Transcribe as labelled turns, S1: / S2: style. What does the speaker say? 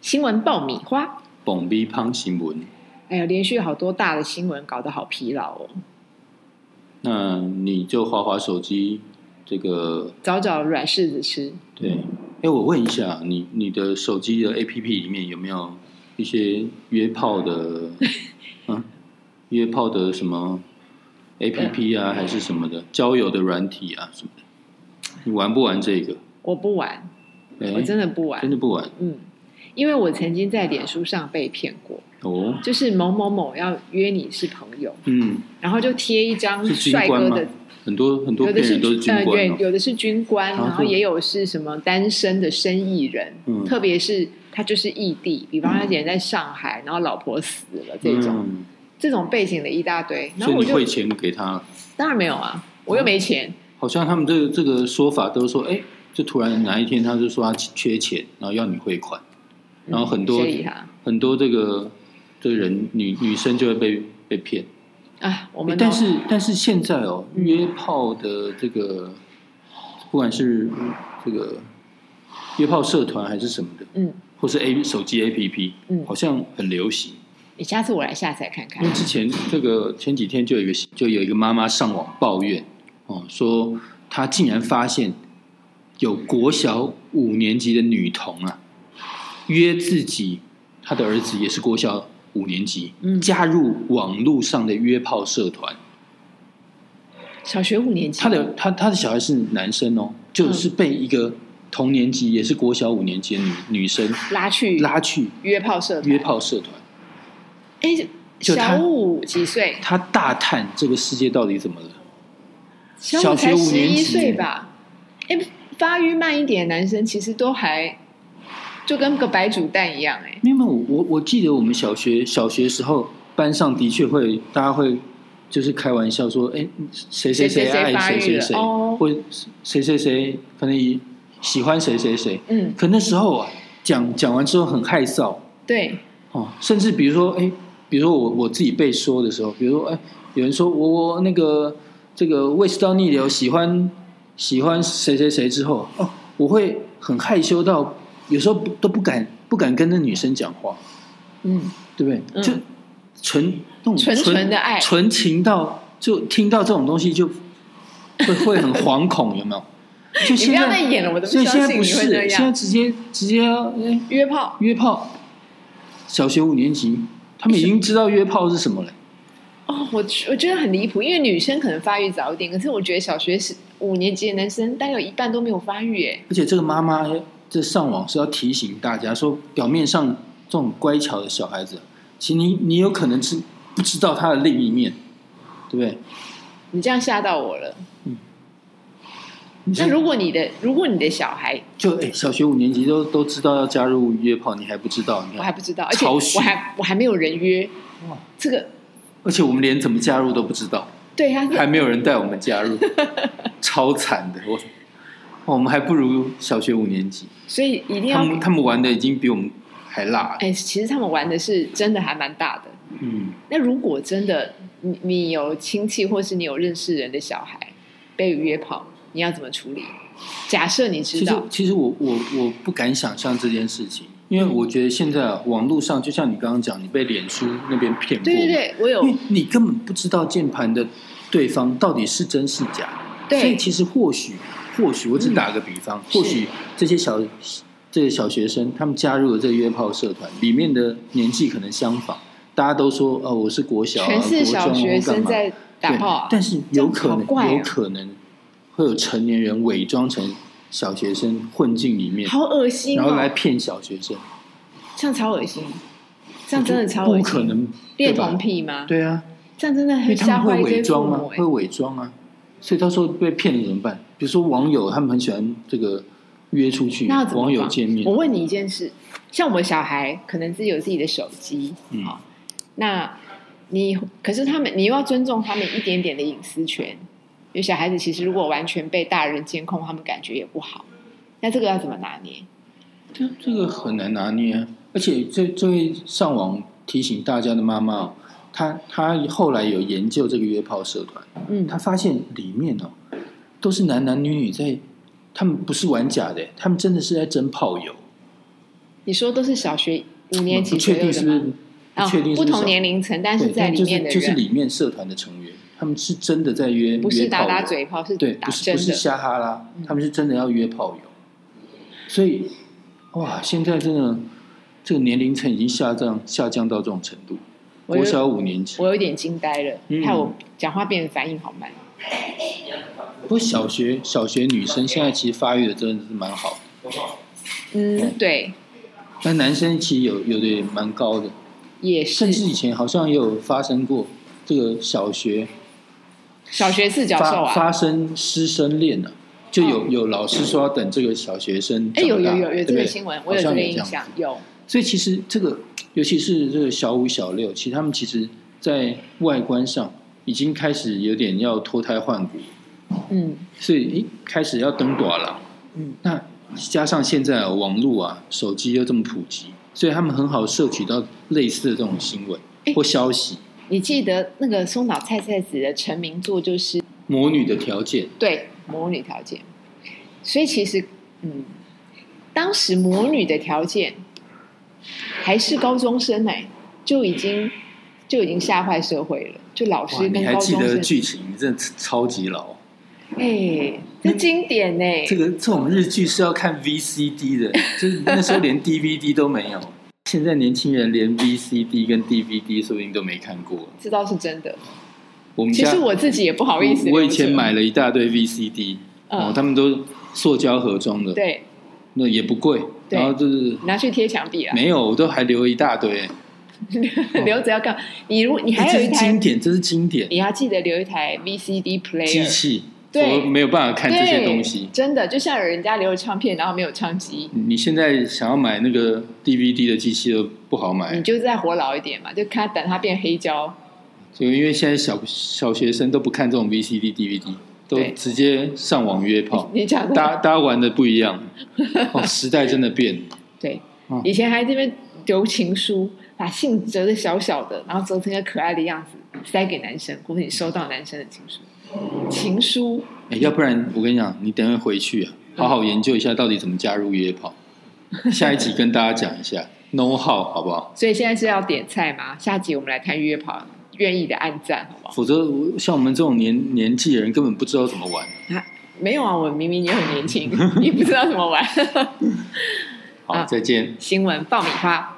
S1: 新闻爆米花。
S2: 蹦逼胖新闻。
S1: 哎呀，连续好多大的新闻，搞得好疲劳哦。
S2: 那你就划划手机，这个
S1: 找找软柿子吃。
S2: 对。哎，我问一下，你你的手机的 APP 里面有没有一些约炮的，嗯，约炮的什么 APP 啊，还是什么的交友的软体啊什么的？你玩不玩这个？
S1: 我不玩，
S2: 哎，
S1: 我真的不
S2: 真
S1: 玩。
S2: 的不玩
S1: 嗯，因为我曾经在脸书上被骗过，
S2: 哦。
S1: 就是某某某要约你是朋友，
S2: 嗯，
S1: 然后就贴一张
S2: 是军
S1: 帅
S2: 官
S1: 哥
S2: 吗
S1: 的，？
S2: 很多很多
S1: 有的
S2: 骗
S1: 是
S2: 人都是军
S1: 呃，
S2: 官、
S1: 对
S2: 哦，
S1: 有的是军官，
S2: 啊
S1: 然后
S2: 是
S1: 也有是什么单身的生意人，
S2: 嗯
S1: 特别是他就是异地，比方他之前在上海，然后老婆死了这种，
S2: 嗯
S1: 这种背景的一大堆。然
S2: 所
S1: 后
S2: 以
S1: 我
S2: 你
S1: 就
S2: 汇钱给他。
S1: 当然没有啊，我又没钱，
S2: 好像他们这个这个说法都说，哎，就突然哪一天他就说他缺钱，然后要你汇款，然后很多
S1: 嗯谁理他
S2: 很多这个这个人女女生就会被被骗。
S1: 啊？我们
S2: 但
S1: 都
S2: 是但是现在哦，
S1: 嗯
S2: 约炮的这个不管是这个约炮社团还是什么的，
S1: 嗯，
S2: 或是 A 手机 APP，
S1: 嗯
S2: 好像很流行。
S1: 你下次我来下载看看
S2: 因为。之前这个前几天就有一个就有一个妈妈上网抱怨，哦，说她竟然发现有国小五年级的女童啊，约自己她的儿子也是国小五年级，
S1: 嗯
S2: 加入网络上的约炮社团。
S1: 小学五年级，
S2: 她的她她的小孩是男生哦，就是被一个同年级也是国小五年级的女女生
S1: 拉去
S2: 拉去
S1: 约炮社团
S2: 约，炮社团，
S1: 哎，
S2: 就他
S1: 小五几岁？
S2: 她大叹这个世界到底怎么了？
S1: 小
S2: 小
S1: 五
S2: 学
S1: 才
S2: 五
S1: 十
S2: 年
S1: 一
S2: 级
S1: 岁吧？哎、发育慢一点，男生其实都还就跟个白煮蛋一样、哎，
S2: 没有，没有，我我记得我们小学小学时候班上的确会，大家会就是开玩笑说，哎，谁
S1: 谁
S2: 谁
S1: 谁谁
S2: 爱
S1: 发
S2: 谁
S1: 育
S2: 谁
S1: 了
S2: 谁，
S1: 哦
S2: 或谁谁谁可能喜欢谁谁谁。
S1: 嗯，
S2: 可那时候啊，讲讲完之后很害臊
S1: 对，
S2: 哦，甚至比如说，哎，比如说我我自己被说的时候，比如说，哎，有人说我我那个这个胃食道逆流，喜欢喜欢谁谁谁之后，哦，我会很害羞到有时候不都不敢不敢跟那女生讲话。
S1: 嗯，
S2: 对不对？
S1: 嗯
S2: 就纯那种
S1: 纯纯的爱
S2: 纯情到就听到这种东西就会会很惶恐，有没 有？
S1: 你
S2: 就
S1: 不
S2: 现
S1: 要再
S2: 在，
S1: 演了，我都
S2: 所
S1: 不
S2: 以
S1: 相
S2: 现在
S1: 信
S2: 不
S1: 你会
S2: 是，
S1: 这
S2: 现在
S1: 样。
S2: 直接直接要哎
S1: 约炮，
S2: 约炮，小学五年级他们已经知道约炮是什么了。
S1: 哦，我我觉得很离谱，因为女生可能发育早一点，可是我觉得小学十五年级的男生大概有一半都没有发育、哎，
S2: 而且这个妈妈这上网是要提醒大家说，表面上这种乖巧的小孩子，其实你你有可能是不知道他的另一面，对不对？
S1: 你这样吓到我了。
S2: 你是
S1: 那如果你的如果你的小孩，
S2: 就哎、小学五年级都都知道要加入约炮，你还不知道？你
S1: 我还
S2: 看，
S1: 不知道，而且
S2: 超虚
S1: 我还我还没有人约
S2: 哇，
S1: 这个
S2: 而且我们连怎么加入都不知 道，
S1: 对他是
S2: 还没有人带我们 加入，超惨的。我，哇我们还不如小学五年级，
S1: 所以一定
S2: 他
S1: 要
S2: 们他们玩的已经比我们还辣。
S1: 哎、其实他们玩的是真的还蛮大的。
S2: 嗯，
S1: 那如果真的你你有亲戚或是你有认识人的小孩被约炮，你要怎么处理？假设你知
S2: 其实
S1: 道，
S2: 其实我我我不敢想象这件事情，因为我觉得现在啊网络上就像你刚刚讲，你被脸书那边骗过，
S1: 对对，对，我有
S2: 因为你根本不知道键盘的对方到底是真是假。所以
S1: 对嗯
S2: 其实或许，或许我只打个比方，
S1: 是
S2: 或许这些小这些小学生他们加入了这个约炮社团，里面的年纪可能相仿，大家都说哦，我是国小、啊、
S1: 全是小
S2: 国中啊
S1: 学生
S2: 干嘛
S1: 在打炮
S2: 对
S1: 啊，
S2: 但是有可
S1: 这样好
S2: 能、
S1: 怪哦
S2: 有可能会有成年人伪装成小学生混进里面，
S1: 好恶心
S2: 然后来
S1: 哦，
S2: 骗小学生，
S1: 这样超恶心，这样真的超恶心，
S2: 不可能，对
S1: 恋
S2: 吧
S1: 童？癖吗？
S2: 对啊，
S1: 这样真的
S2: 因为
S1: 很
S2: 他们
S1: 吓坏
S2: 会
S1: 一堆
S2: 伪
S1: 父
S2: 装啊
S1: 母、，欸
S2: 会。伪装啊，所以到时候被骗了怎么办？比如说网友，他们很喜欢这个约出去，
S1: 那要怎么哦
S2: 网友
S1: 防
S2: 见面
S1: 我，问你一件事，像我小孩可能自己有自己的手机，
S2: 嗯
S1: 好，那你可是他们，你又要尊重他们一点点的隐私权。有小孩子其实如果完全被大人监控，他们感觉也不好。那这个要怎么拿捏？
S2: 这这个很难拿捏啊、而且这这位上网提醒大家的妈妈、哦，她她后来有研究这个约炮社团，
S1: 嗯
S2: 她发现里面哦都是欸男男女女在，他们不是玩假的，他们真的是在争炮友。
S1: 你说都是小学五年级
S2: 不
S1: 左
S2: 确
S1: 右的吗？
S2: 定是不是
S1: 啊、
S2: 不确定是
S1: 不
S2: 是小
S1: 同年龄层，但是
S2: 对，
S1: 在
S2: 但
S1: 里
S2: 就是
S1: 面的人、
S2: 就是里面社团的成员，他们是真的在约，
S1: 不是
S2: 约炮
S1: 打
S2: 友
S1: 打嘴炮，是
S2: 对，
S1: 打
S2: 不是
S1: 真
S2: 不是
S1: 的。
S2: 瞎哈啦
S1: 嗯，
S2: 他们是真的要约炮友。所以，哇，现在真的这个年龄层已经下降下降到这种程度，
S1: 我有
S2: 国小五年级，
S1: 我有点惊呆了，
S2: 嗯
S1: 害我讲话变得反应好慢。
S2: 不过小学小学女生现在其实发育的真的是蛮好的，
S1: 嗯，对，
S2: 但男生其实有有的也蛮高的，
S1: 也
S2: 甚
S1: 是
S2: 至以前好像也有发生过这个小学
S1: 小学四教授
S2: 发
S1: 啊，哦
S2: 发生师生恋啊，就有、有老师说要等这个小学生
S1: 哎，
S2: 长大，
S1: 有有有有
S2: 对不
S1: 这个
S2: 对
S1: 新闻，
S2: 好
S1: 我有
S2: 像
S1: 这个
S2: 这
S1: 印
S2: 样
S1: 象
S2: 子，
S1: 有
S2: 所以其实这个，尤其是这个小五、小六，其实他们其实在外观上已经开始有点要脱胎换骨，
S1: 嗯
S2: 所以一开始要登短了。
S1: 嗯，
S2: 那加上现在啊网络啊、手机又这么普及，所以他们很好摄取到类似的这种新闻
S1: 哎
S2: 或消息。
S1: 你记得那个松岛菜菜子的成名作就是
S2: 魔女的条件，
S1: 对魔女条件，所以其实嗯，当时魔女的条件还是高中生哎、就已经就已经吓坏社会了，就老
S2: 哇，
S1: 师
S2: 你
S1: 跟
S2: 还
S1: 高
S2: 记
S1: 中
S2: 得
S1: 生
S2: 剧情？你真的超级老。啊
S1: 哎、这经典欸呢、
S2: 这个这种日剧是要看 VCD 的，就是那时候连 DVD 都没有。现在年轻人连 VCD 跟 DVD 说不定都没看过。
S1: 这倒是真的。
S2: 我们
S1: 其
S2: 家
S1: 实我自己也不好意思，
S2: 我我以前买，了一大堆 VCD，、
S1: 嗯
S2: 哦，他们都塑胶盒装的，
S1: 对，
S2: 那也不贵。
S1: 对
S2: 然后就是
S1: 拿去贴墙壁啊，
S2: 没有，我都还留一大堆。
S1: 留着要干嘛。你如你还
S2: 哎
S1: 有一
S2: 这是
S1: 台
S2: 经，典，这是经典
S1: 你要记得留一台 VCD
S2: 机
S1: player，
S2: 器，
S1: 对
S2: 我没有办法看这些东西
S1: 对。真的就像有人家留了唱片，然后没有唱机，
S2: 你现在想要买那个 DVD 的机器都不好买，
S1: 你就再活老一点嘛，就看等它变黑胶。
S2: 就因为现在小小学生都不看这种 VCD、DVD，都
S1: 对
S2: 直接上网约炮，
S1: 你讲
S2: 大
S1: 的
S2: 家大家玩的不一样，哦，时代真的变了。
S1: 对
S2: 嗯，
S1: 以前还这边留情书，把信折的小小的，然后折成一个可爱的样子，塞给男生，或者你收到男生的情书，情书。
S2: 哎要不然我跟你讲，你等一会回去啊，好好研究一下到底怎么加入约炮，下一集跟大家讲一下 No how 好不好？
S1: 所以现在是要点菜吗？下集我们来看约跑，愿意的按赞，好不好？
S2: 否则我像我们这种年年纪的人根本不知道怎么玩。
S1: 啊，没有啊，我明明也 很年轻，也不知道怎么玩。
S2: 好，
S1: 啊
S2: 再见。
S1: 新闻爆米花。